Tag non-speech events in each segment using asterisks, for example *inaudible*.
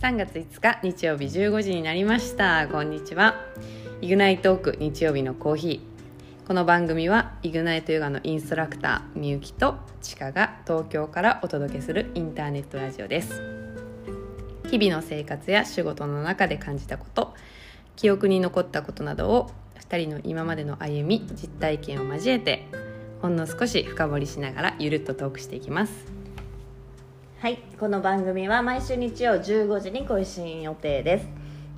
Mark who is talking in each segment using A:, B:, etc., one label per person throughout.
A: 3月5日日曜日15時になりましたこんにちはイグナイトーク日曜日のコーヒーこの番組はイグナイトヨガのインストラクターみゆきとちかが東京からお届けするインターネットラジオです日々の生活や仕事の中で感じたこと記憶に残ったことなどを2人の今までの歩み実体験を交えてほんの少し深掘りしながらゆるっとトークしていきます
B: はい、この番組は毎週日曜15時に更新予定です。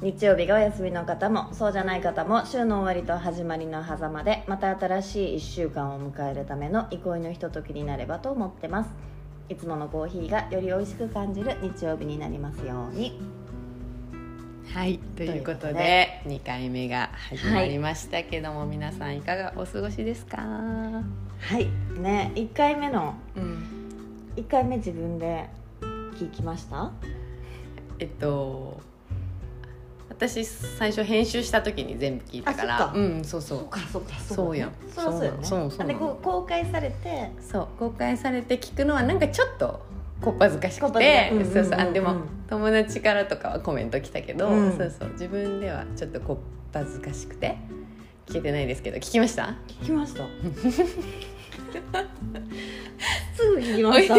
B: 日曜日がお休みの方もそうじゃない方も週の終わりと始まりの狭間でまた新しい1週間を迎えるための憩いのひとときになればと思ってますいつものコーヒーがより美味しく感じる日曜日になりますように
A: はいということ
B: ということ
A: で2回目が始まりましたけども、皆さんいかがお過ごしですか、
B: はいね1回目の
A: うん、
B: 1回目自分で聞きました
A: えっと私最初編集した時に全部聞いたから
B: あそっか
A: うんそうそう
B: そうか
A: そうやん
B: そりゃそうやね
A: そうそう
B: でこう公開されて
A: そう公開されて聞くのはなんかちょっとこっぱずかし
B: こっ
A: く
B: ぱずか
A: て
B: うんうんうんうん
A: そうそうあでも友達からとかはコメント来たけど、
B: うん
A: そうそう自分ではちょっとこっぱずかしくて聞けてないですけど聞きました
B: 聞きま *laughs* したすぐ聞
A: *laughs*
B: きました *laughs*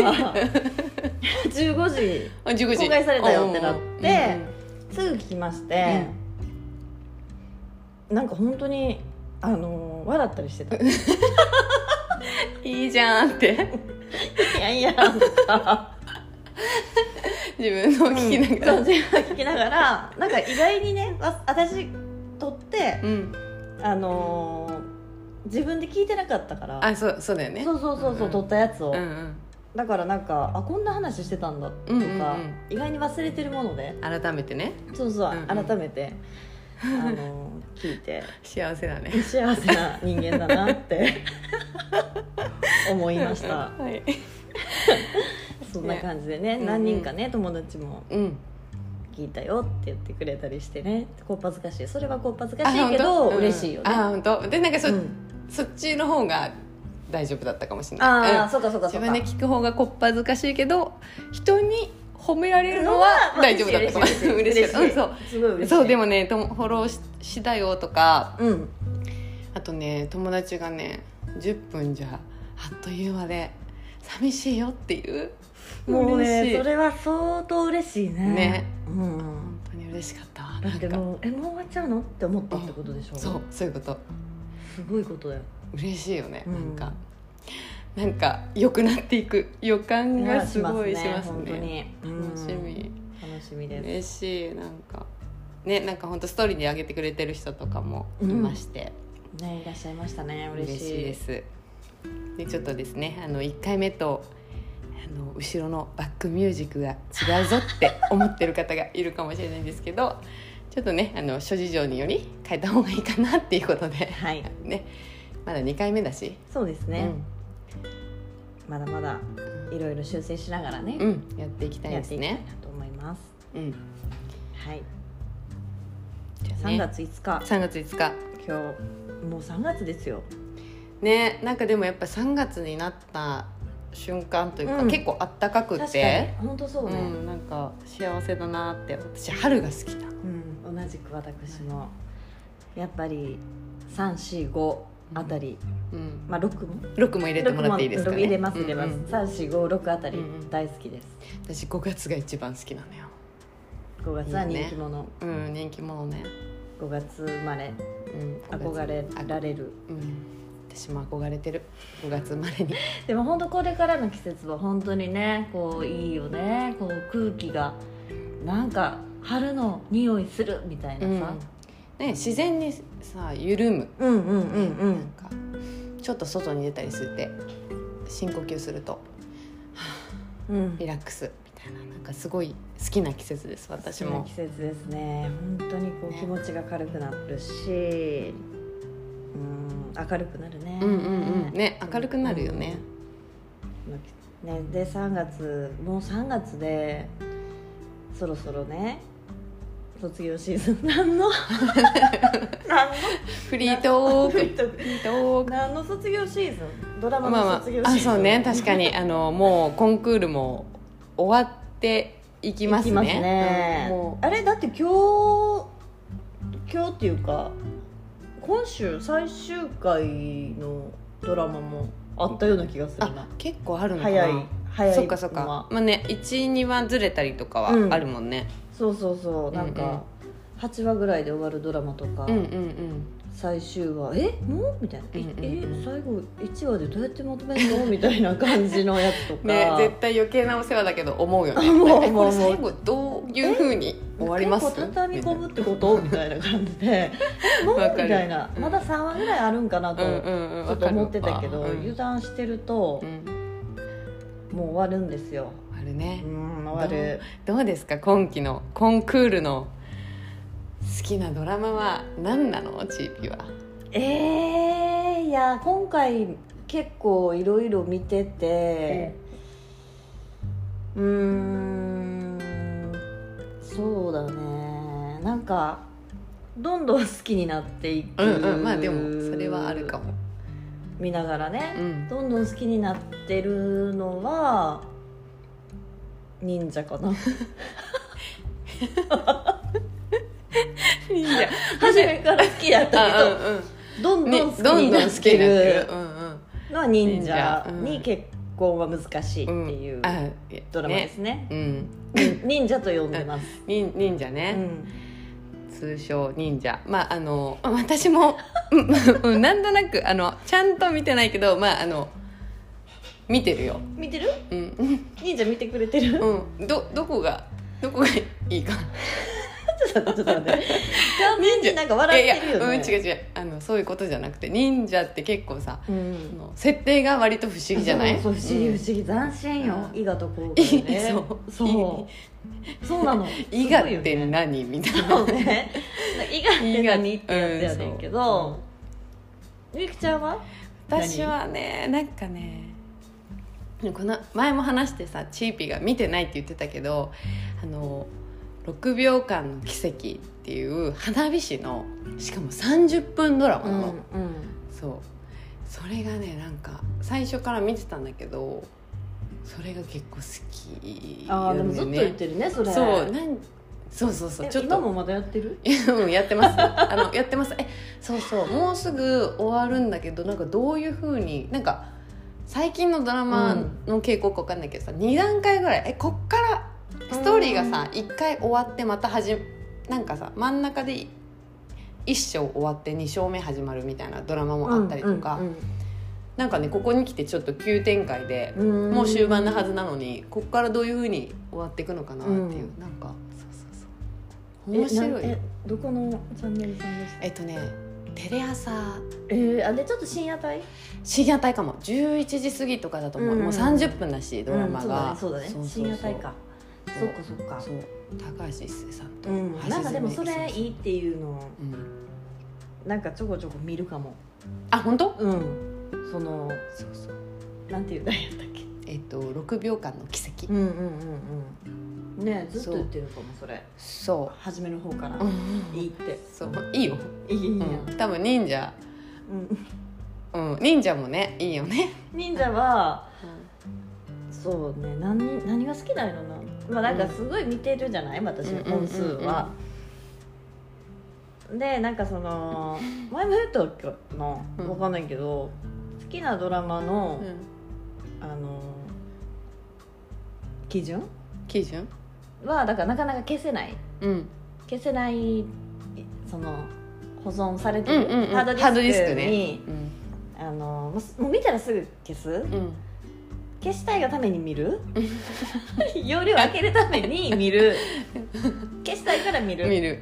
B: 15時
A: あ15時
B: 公開されたよってなってすぐ聞きまして、なんか本当にあのー笑ったりしてた *laughs* い
A: うんいいじゃん *laughs* って
B: やいやなんか
A: 自分のを聞きながら、
B: そう自分が聞きながらなんか意外にねわ私撮って、
A: うん、
B: あのー自分で聞いてなかったから
A: あそうそうだよね
B: そうそうそうそう、
A: うん
B: 撮ったやつを、
A: うんうん
B: だからなんかあこんな話してたんだ
A: う
B: とか、
A: んうんうん
B: 意外に忘れてるもので
A: 改めてね
B: そうそう、
A: うんうん
B: 改
A: *laughs*
B: めてあの聞いて
A: 幸せだね
B: 幸せな人間だなって
A: *laughs*
B: 思いました
A: はい、
B: そんな感じでね
A: ね
B: 何人かね友達も
A: うん、
B: 聞いたよって言ってくれたりしてねこう恥ずかしいそれはこう恥ずかしいけど嬉しいよね
A: あ本当でなんかそ,、
B: うん
A: そっちの方が大丈夫だったかもしれない
B: あ
A: う
B: あ
A: ん
B: そうかそうかそ
A: 自
B: うか
A: 分で聞く方がこっぱずかしいけど人に褒められるの
B: ま
A: は
B: あ
A: 大丈夫だったかも
B: 嬉しい
A: 嬉しいうんそう
B: すごい嬉しい
A: そうでもねともフォローししだよとか
B: うん
A: あとね友達がね10分じゃあっという間で寂しいよっていう
B: もう
A: 嬉しい
B: ねそれは相当嬉しいね
A: ね
B: うん
A: 本当に嬉しかったわ
B: だ
A: な
B: っ
A: ん
B: て
A: か
B: もうえもう終わっちゃうのって思ったってことでしょ
A: そうそういうこと
B: すごいことだよ
A: 嬉しいよね、
B: うん
A: なんかなんか良くなっていく予感がすごいします
B: 本当
A: ね
B: に
A: 楽しみ、
B: うん楽しみです
A: 嬉しいなんかねなんか本当ストーリーで上げてくれてる人とかもいまして、
B: ねいらっしゃいましたね嬉
A: 嬉
B: しい
A: しいですでちょっとですねあの1回目とあの後ろのバックミュージックが違うぞ
B: *laughs*
A: って思ってる方がいるかもしれないんですけどちょっとねあの諸事情により変えた方がいいかなっていうことで、 *laughs*
B: はい
A: ね、まだ2回目だし、
B: そうですね、まだまだいろいろ修正しながらね、
A: うん、うん、やっていきたい
B: や
A: で
B: っ
A: す
B: ていきたい
A: ね。
B: なと思います、
A: うん、
B: はい3
A: 3
B: 月5日、
A: 3月5日
B: 今日もう3月ですよ
A: ねなんかでもやっぱ3月になった瞬間というか、
B: うん
A: 結構あったかく
B: 確かに
A: て
B: 本当そうね、
A: ん、なんか幸せだなって私春が好きだ
B: うん同じく私もやっぱり345あたり、
A: うん、
B: まあ6も
A: 6も入れてもらっていいですかね
B: 六入れます入れ
A: うんうん
B: ます、3456あたり
A: うんうん
B: 大好きです、
A: 私5月が一番好きなのよ
B: 5月は人気者、
A: うん人気者ね、
B: 5月生まれ
A: うん、五月
B: 憧れられる
A: うん私も憧れてる5月生まれに
B: でも本当これからの季節は本当にねこういいよねこう空気がなんか春の匂いするみたいなさ、
A: ね自然にさ緩む
B: うん、うんうんうん
A: なんかちょっと外に出たりするって深呼吸すると
B: うん
A: リラックスみたいななんかすごい好きな季節です私
B: 好きな
A: も
B: 季節ですね本当にこう
A: ね
B: 気持ちが軽くなるし、うん明るくなるね
A: うんうんうんね明るくなるよね、
B: ね、で3月もう3月でそろそろね卒業シーズン *laughs* 何の何の
A: フリートークフ
B: フリ
A: リ
B: *laughs*
A: ー
B: ートーク
A: トーク
B: 何の卒業シーズンドラ
A: ま
B: マ
A: あまあ
B: の *laughs* 卒業シーズン、
A: あそうね確かにあのもうコンクールも終わって行きますね
B: 行きますね、
A: うんも
B: あれだって今日今日っていうか今週最終回のドラマもあったような気がする
A: あ
B: な
A: 結構あるのかな
B: 早い早い
A: そっかそっ
B: のは
A: かまあね12話ずれたりとかはあるもんね、
B: そうそうそうなん
A: うんうん
B: か8話ぐらいで終わるドラマとか、
A: うん、うんうん
B: 最終話えもうみたいな、え
A: うんうん
B: え
A: うん
B: 最後1話でどうやってまとめ
A: *laughs*
B: るのみたいな感じのやつとか、
A: ね絶対余計なお世話だけど思うよね
B: 思う
A: なんかえ
B: 思う
A: これ最後どういうふうに終わります
B: 結構畳み込むってことみたいな感じ
A: *laughs*
B: でもう
A: わかる
B: みたいな
A: うん
B: まだ3話ぐらいあるんかなと、
A: うんうんうん
B: ちょっと思ってたけど、
A: わかるわ
B: 油断してると
A: う、ん、
B: もう終わるんですよ
A: あれね
B: うん終わる
A: どうですか今期のコンクールの好きなドラマは何なのチーピは
B: えー、いや今回結構いろいろ見ててうーんそうだねなんかどんどん好きになっていく、
A: うんうんまあでもそれはあるかも
B: 見ながらね、
A: うん
B: どんどん好きになってるのは忍者か
A: *laughs*
B: な
A: いいじゃん
B: 初めから好きだったけど、
A: *laughs* うんう
B: ど
A: んんね
B: どん好き
A: どん
B: に
A: どん好
B: なっ
A: きになっ
B: て
A: てる
B: る
A: うんうん
B: のは忍
A: 忍
B: 者
A: 者うん
B: に結婚は難しいっていううん
A: あいや
B: ドラマですね
A: ねうん
B: 忍者と呼んでます、
A: 忍忍者ね、
B: うん
A: 通称忍者まああの私も *laughs* うんうんなんとなくあのちゃんと見てないけどまああの見てるよ
B: 見てる
A: うん、
B: 忍者見てくれてる、ちょ
A: うん、どどこがどこがいいか
B: っと待ってちょっと待って完全になんか笑ってるよね
A: いやいやうん違う違うあのそういうことじゃなくて忍者って結構さ
B: う
A: あ
B: ん
A: の設定が割と不思議じゃない
B: そうそう不思
A: うん
B: 議不思議斬新よ
A: うん
B: 伊賀とこうね
A: そう
B: そうそうなの
A: 伊賀っ
B: すごいよ
A: て
B: ね
A: 何、みたい
B: そ
A: な
B: うね伊賀って何ってやつやねんけ
A: うん
B: ど
A: そう、
B: みゆきちゃんは
A: 私はねなんかねこの前も話してさチーピーが見てないって言ってたけど「あの6秒間の奇跡」っていう花火師のしかも30分ドラマなの、そうそれがねなんか最初から見てたんだけどそれが結構好き
B: ああでもずっ
A: よ
B: と
A: ね
B: 言ってるねそれ
A: そうなんそうそうそう
B: え
A: ちょっ
B: 今
A: と
B: もまだやってる
A: *laughs* うんやってますあのやってますえそうそうもうすぐ終わるんだけどなんかどういうふうになんか最近のドラマの傾向か分かんないけどさ、2段階ぐらいえこっからストーリーがさ1回終わってまた始めなんかさ真ん中で1章終わって2章目始まるみたいなドラマもあったりとか、
B: うんうん
A: なんかねここに来てちょっと急展開で
B: う、ん
A: もう終盤なはずなのにここからどういうふうに終わっていくのかなっていう、
B: う
A: なんかそうそうそう
B: え
A: 面白
B: なん
A: い
B: えどこのチャンネルさんですか
A: えっとねテレ朝
B: えー、あでちょっと深夜帯
A: 深夜帯かも11時過ぎとかだと思う、
B: うん
A: もう30分だしドラマが、
B: うんそうだねそう
A: そうそう
B: だね
A: そう
B: 深夜帯かそっかそっか
A: そう高橋一生さんと、
B: うん
A: 橋爪
B: なんかでもそれ
A: い、
B: いいっていうのを
A: うん、
B: なんかちょこちょこ見るかも
A: あ本当
B: うんその
A: そうそう
B: なんていう題やったっけ
A: えっと6秒間の奇跡、
B: うんうんうんうんねえずっと言ってるかもそれ
A: そ
B: 初めの方から
A: う、
B: いいって
A: そういいよ、
B: いいや
A: うん、多分忍者、
B: うん
A: うん、忍者もねいいよね、
B: 忍者はそうね何何が好きだろうなまあなんかすごい見てるじゃない私
A: うん
B: 本数はでなんか
A: *laughs*
B: その前も言ったっけな
A: うん
B: 分かんないけど好きなドラマの、
A: うん、
B: あの基準
A: 基準
B: はだからなかなか消せない
A: うん
B: 消せないその保存されて
A: うんうんう
B: る
A: ん
B: ハードデ
A: ハードディ
B: ィ
A: ス
B: ス
A: ク
B: ク
A: ね
B: に
A: うん
B: あのもうすもう見たらすぐ消す
A: うん
B: 消したいがために見る容量を開けるために見 *laughs* る消したいから見る
A: 見る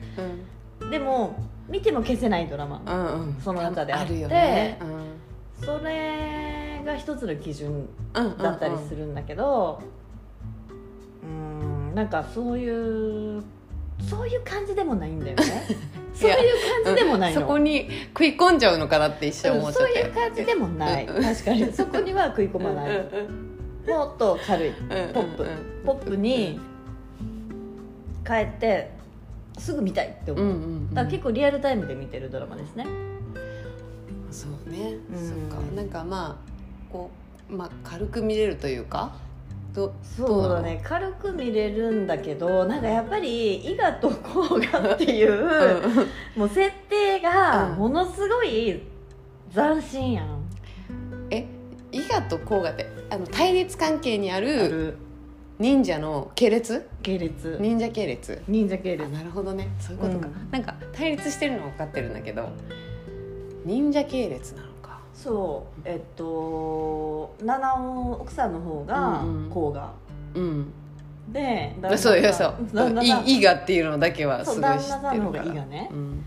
A: うん
B: でも見ても消せないドラマ
A: うんうん
B: その中であ
A: あ
B: って
A: るよねうん
B: それが一つの基準
A: うんうんうん
B: だったりするんだけどうーんなんかそういうそういう感じでもないんだよ *laughs* ねそういう感じでもないの、
A: そこに食い込んじゃうのかなって一瞬思
B: う
A: っ
B: ん
A: ちゃ
B: そ
A: っ
B: う
A: て
B: いう感じでもない
A: うん
B: 確かにそこには食い込まないもっと軽いポップポップに帰ってすぐ見たいって思
A: う
B: う、
A: んうん
B: だから結構リアルタイムで見てるドラマですね
A: そうね
B: うん
A: そっかなんかまあこうまあ軽く見れるというかど
B: そうだね軽く見れるんだけどなんかやっぱり伊賀と甲賀っていう
A: どうなの
B: うもう設定が
A: うん
B: ものすごい斬新やん
A: うんえ伊賀と甲賀ってあの対立関係にあ
B: あ
A: る
B: る
A: 忍者の系列
B: 系列
A: 忍者系列
B: 忍者系
A: あ
B: 列
A: なるほどねそういうことか、
B: うん
A: なんか対立してるのは分かってるんだけど忍者系列なのか
B: そうえっと七尾奥さんの方が
A: うんうん
B: 甲賀、
A: うん
B: で旦那さ
A: そ
B: ん
A: うよそう
B: 旦那さん
A: い伊賀っていうのだけは
B: そ
A: す
B: う
A: ごい
B: 旦
A: 知
B: 那
A: っ
B: さ
A: て
B: んの
A: る
B: 方
A: か
B: が伊賀
A: ら
B: ね
A: うん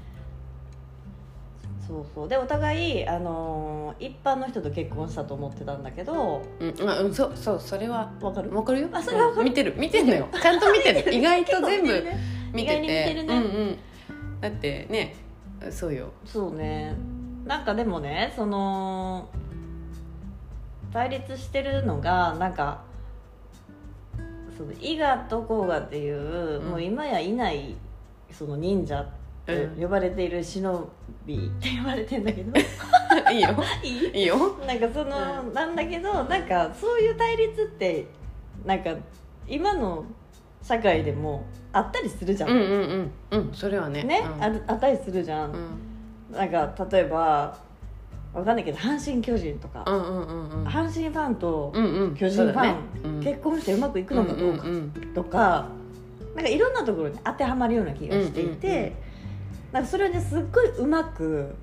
B: そうそうでお互い、あのー一般の人と結婚したと思ってたんだけど
A: うんあうんそうそうそれは
B: わかる
A: わかるよ
B: あそれはわかる
A: うん見てる見てんの
B: *laughs*
A: よちゃんと見てる意外と全
B: 結構似てる
A: 部
B: ね
A: 見て
B: 意外に似て
A: て
B: る
A: うん
B: ね
A: うんだってねそうよ
B: そうねなんかでもねその対立してるのがなんかその伊賀と甲賀っていう、
A: うん
B: もう今やいないその忍者って
A: うん
B: 呼ばれている忍びって呼ばれてんだけど *laughs*
A: *laughs* いいよ
B: いい
A: いい
B: *laughs*
A: よ
B: なんかその、なんだけどなんかそういう対立ってなんか今の社会でもあったりするじゃん、
A: うんうんうんうんそれはね
B: ね、
A: うん
B: ああったりするじゃん
A: う、ん
B: なんか例えばわかんないけど阪神・巨人とか、
A: うんうんうんうん
B: 阪神ファンと
A: うんうん
B: 巨
A: そ
B: 人
A: う
B: フ
A: だ
B: ァ
A: ね
B: ン、
A: うん
B: 結婚してうまくいくのかどうか
A: んん
B: とか、なんかいろんなところに当てはまるような気がしていて、
A: うんうんうん
B: なんかそれをねすっごいうまく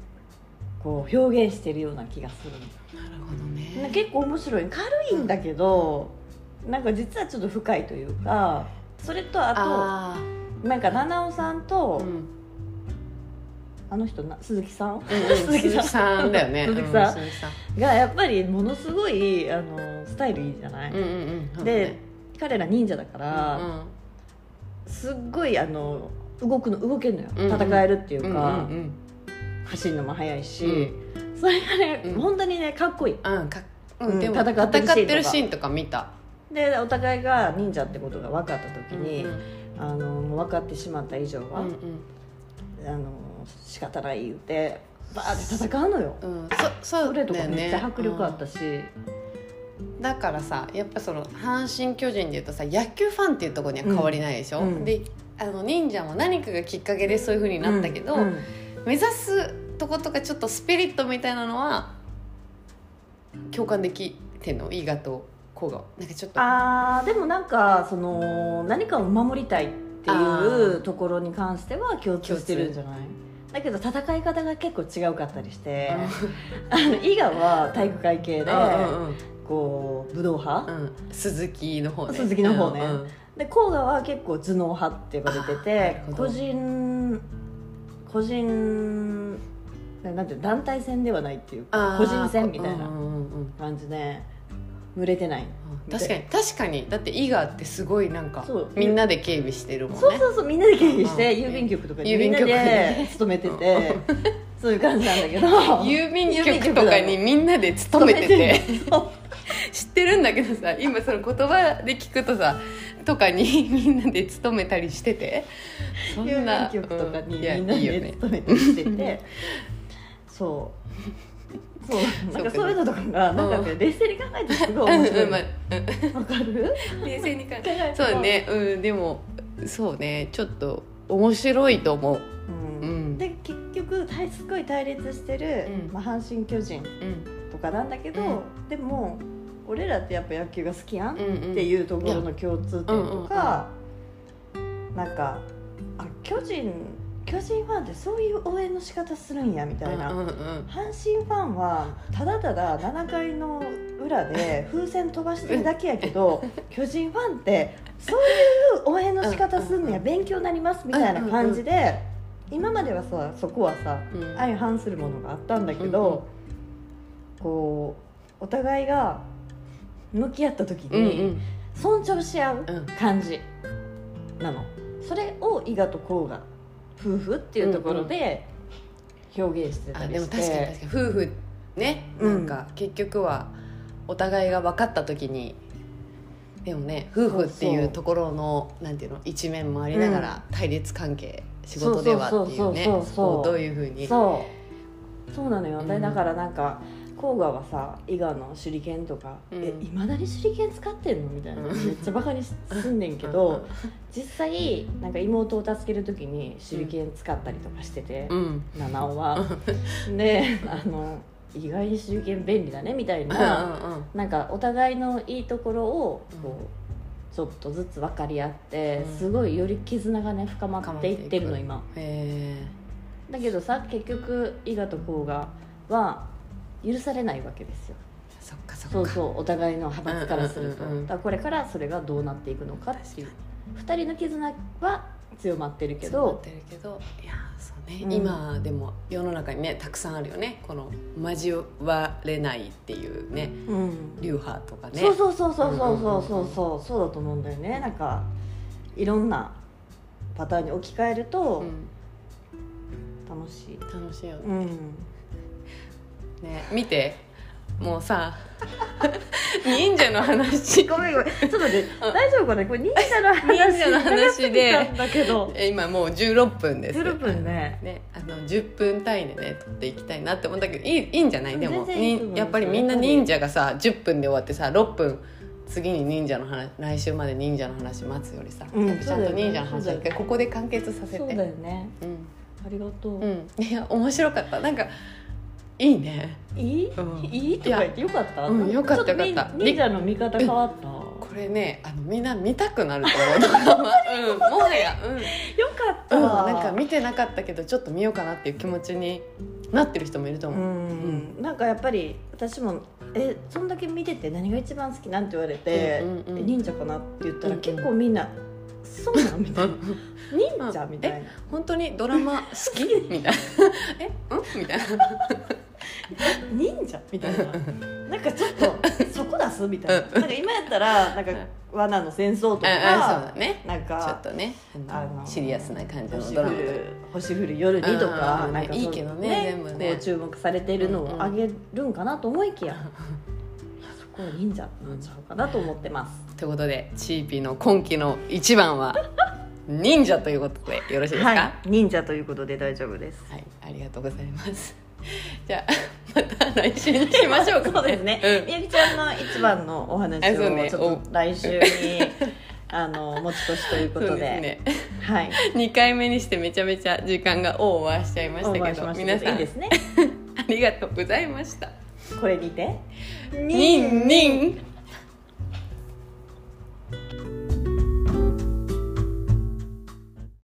B: こう表現してるような気がする
A: うんなるほど
B: のなん
A: ね
B: か結構面白い軽いんだけどなんか実はちょっと深いというかそれとあ
A: あー
B: となんか七尾さんと、
A: うん
B: あの人な鈴木さ
A: うん
B: ん
A: うん鈴
B: 鈴木さん
A: 木さんだよね
B: 鈴木さん
A: う鈴木さん
B: がやっぱりものすごいあのスタイルいいじゃない、
A: うんうんうん
B: で彼ら忍者だか
A: う
B: ら、
A: ん
B: すっごいあの動くの動けるのよ、
A: うんうん
B: 戦えるっていううん
A: うんう
B: か、
A: ん
B: 走るのも速いし、
A: うん
B: それがね、
A: うん
B: 本当にねかっこいい
A: うんか
B: う
A: うんんでも
B: 戦
A: 戦
B: っ
A: って
B: るシーンとか
A: てるシーンとか見た
B: でお互いが忍者ってことが分かった時に、
A: うん
B: あのもう分かってしまった以上は、
A: うん
B: あの仕方ない言うてバーって戦うのよ
A: うんうんそそ
B: そうれと
A: だ
B: か
A: よ
B: めっ
A: ね
B: ちゃ迫力あったし、
A: うんだからさやっぱその阪神・巨人でいうとさ野球ファンっていうところには変わりないでしょ、
B: うんうん
A: であの忍者も何かがきっかけでそういうふうになったけど、
B: うんうん
A: 目指すとことかちょっとスピリットみたいなのは共感できてんの伊賀と甲賀なんかちょっと
B: あーでもなんかその何かを守りたいって
A: あ
B: い
A: ー
B: うところに関しては共通してるんじゃないだけど戦い方が結構違うかったりしてあの伊賀は体育会系で
A: うんうん
B: こう武道
A: う
B: 派
A: んうん鈴木の方ね
B: 鈴木の方ね
A: うんうん
B: で甲賀は結構頭脳派って呼ばれてて
A: あーなるほ
B: 個
A: ど
B: 人個人ななんていうの団体戦ではないっていう
A: あ
B: か
A: ー
B: 個人戦みたい
A: うん
B: な
A: うんうんうん
B: 感じで群れてない
A: 確かに確かにだって伊賀ってすごいなんか
B: そう
A: みんなで警備してるもんね
B: そうそうそうみんなで経費して
A: うん
B: 郵便局とかに
A: 郵
B: み
A: 便
B: んな
A: 局
B: で勤めててそういう感じなんだけど
A: 郵便局とかにみんなで勤めてて
B: そう
A: 知ってるんだけどさ今その言葉で聞くとさとかに *laughs* みんなで勤めたりしててそんな
B: 郵便局とかに
A: うい
B: み
A: や
B: んない
A: いよ
B: で
A: ね
B: 勤めてしててそうそうなんかそういうのとかがなんかね冷静に考えてすごい面白
A: うんまあ
B: いわかる
A: うん冷静に考え
B: 考えると
A: そうねうんでもそうねちょっと面白いと思う
B: うん
A: うん
B: で結局たいすごい対立してる
A: うん
B: まあ阪神・巨人
A: うん
B: とかなんだけどでも俺らってやっぱ野球が好きやん
A: うんうん
B: っていうところの共通点とか、なんかあ巨人巨人ファンってそういう応援の仕方するんやみたいな、
A: うんうんうん
B: 阪神ファンはただただ7階の裏で
A: *laughs*
B: 風船飛ばしてるだけやけど巨人ファンってそういう応援の仕方すんのや
A: うん
B: 勉強になりますみたいな感じで今まではさそこはさ
A: うん
B: 相反するものがあったんだけど、こうお互いが向き合った時
A: うんう
B: に
A: ん
B: 尊重し合う
A: うん
B: 感じなの、それを伊賀と甲賀夫婦っていうところで表現してた
A: あ
B: り
A: でも
B: して、
A: 確かに確かに夫婦ね、
B: うん
A: なんか結局はお互いが分かった時にでもね夫婦ってい
B: そう
A: う
B: そう
A: ところのなんていうの一面もありながら、対立関係仕事ではっていうね
B: そうそうそうそうそう
A: こうどういうふうに
B: そうそうなのよ、で
A: うん
B: だからなんか甲賀はさ伊賀の手裏剣とか「
A: うん
B: えいまだに手裏剣使ってんの?」みたい
A: う
B: な
A: ん
B: めっちゃバカにしすんねんけど実際なんか妹を助ける時に手裏剣使ったりとかしてて、
A: うん
B: 七尾は。であの意外に手裏剣便利だねみたいな。なんかお互いのいいところをこう、ちょっとずつ分かり合って、
A: うん
B: すごいより絆がね深まっていってるの
A: 深
B: 今
A: え
B: だけどさ結局伊賀と甲賀は許されないわけですよ
A: そっかそっか
B: そうそうお互いの派閥からすると、
A: うんうんうんうん
B: だからこれからそれがどうなっていくのかっていう2人の絆は強まってるけ
A: そうなっ
B: ど
A: てるけどいやそうね、
B: うん
A: 今でも世の中にねたくさんあるよねこの交われないっていうね
B: うん
A: 流派とかね
B: そうそうそうそうそうそうそうそうそうだと思うんだよねなんかいろんなパターンに置き換えると
A: うん
B: 楽しい、
A: 楽しいよね,、
B: うん
A: 見てもうさ *laughs* 忍者の話
B: ごめんごめんちょっと待って
A: うん
B: 大丈夫かなこれ忍者の話
A: 忍者の話で
B: 長すぎたんだけど
A: え今もう16分です
B: 16分ね
A: ね、あの10分単位でね撮っていきたいなって思ったけどいいいいんじゃないでも
B: 全然いいと
A: に
B: 思います
A: やっぱりみんな忍者がさ10分で終わってさ6分次に忍者の話来週まで忍者の話待つよりさ、
B: うん
A: やっぱちゃんと忍者の
B: そう
A: 話
B: だ
A: は
B: よ
A: 一
B: ね
A: 回ここで完結させて
B: そうだよね
A: うん
B: ありがとう、
A: うん、いや面白かったなんかいいね
B: いい、
A: うん
B: いいとか言ってよかった
A: うんよかった
B: ちょとみ
A: よかった
B: 忍者の見方変わった
A: これねあのみんな見たくなると思うド
B: *laughs*
A: ラマ、うん、もはや、うんうん、
B: よかった、
A: なんか見てなかったけどちょっと見ようかなっていう気持ちになってる人もいると
B: う
A: 思う、
B: ん、なんかやっぱり私も「えそんだけ見てて何が一番好き?」なんて言われて
A: うん
B: 「
A: うんうん
B: え忍者かな?」って言った
A: うん
B: ら
A: うん
B: 結構みんな「そうなん?」みたいな「忍者?」
A: うん
B: みたいな
A: 本当にドラマ好
B: *laughs*
A: きみたいなえうんみたいな
B: 「忍者?」みたいななんかちょっと「そこ出す?」みたいな
A: うん
B: なんか今やったら「なんか
A: うん
B: 罠の戦争」と
A: ああそうだ
B: か
A: ね
B: なん
A: ちょっ
B: か
A: とねあ
B: あ
A: の
B: の
A: シリアスな感じの
B: 星
A: ド
B: 降
A: ラマとか
B: る星降る夜にと
A: うんうん
B: か
A: うん
B: なんかそう
A: いいけどね全部ね
B: こう注目されてるのをあげるんかなと思いきやいやそこは忍者なんちゃうかなと思ってます
A: ということでチーピーの今期の一番は忍者ということでよろしいですか、
B: はい、忍者ということで大丈夫です。
A: はい、ありがとうございます。 *laughs* じゃあ、また来週にしましょうか、
B: そうです *laughs* ね。みゆきちゃんの一番のお話
A: あそう
B: を
A: ね
B: ちょっと来週
A: *laughs*
B: に、あの持ち越しという
A: う
B: こ
A: ん。そ
B: と
A: う
B: で、
A: ですね。
B: はい。
A: 二回目にしてめちゃめちゃ時間がオーバーしちゃいましたけ
B: お
A: ど、
B: 会いしましたけど
A: 皆さん
B: いい
A: *laughs*
B: ですね。
A: ありがとうございました。
B: これにて
A: ニンニン。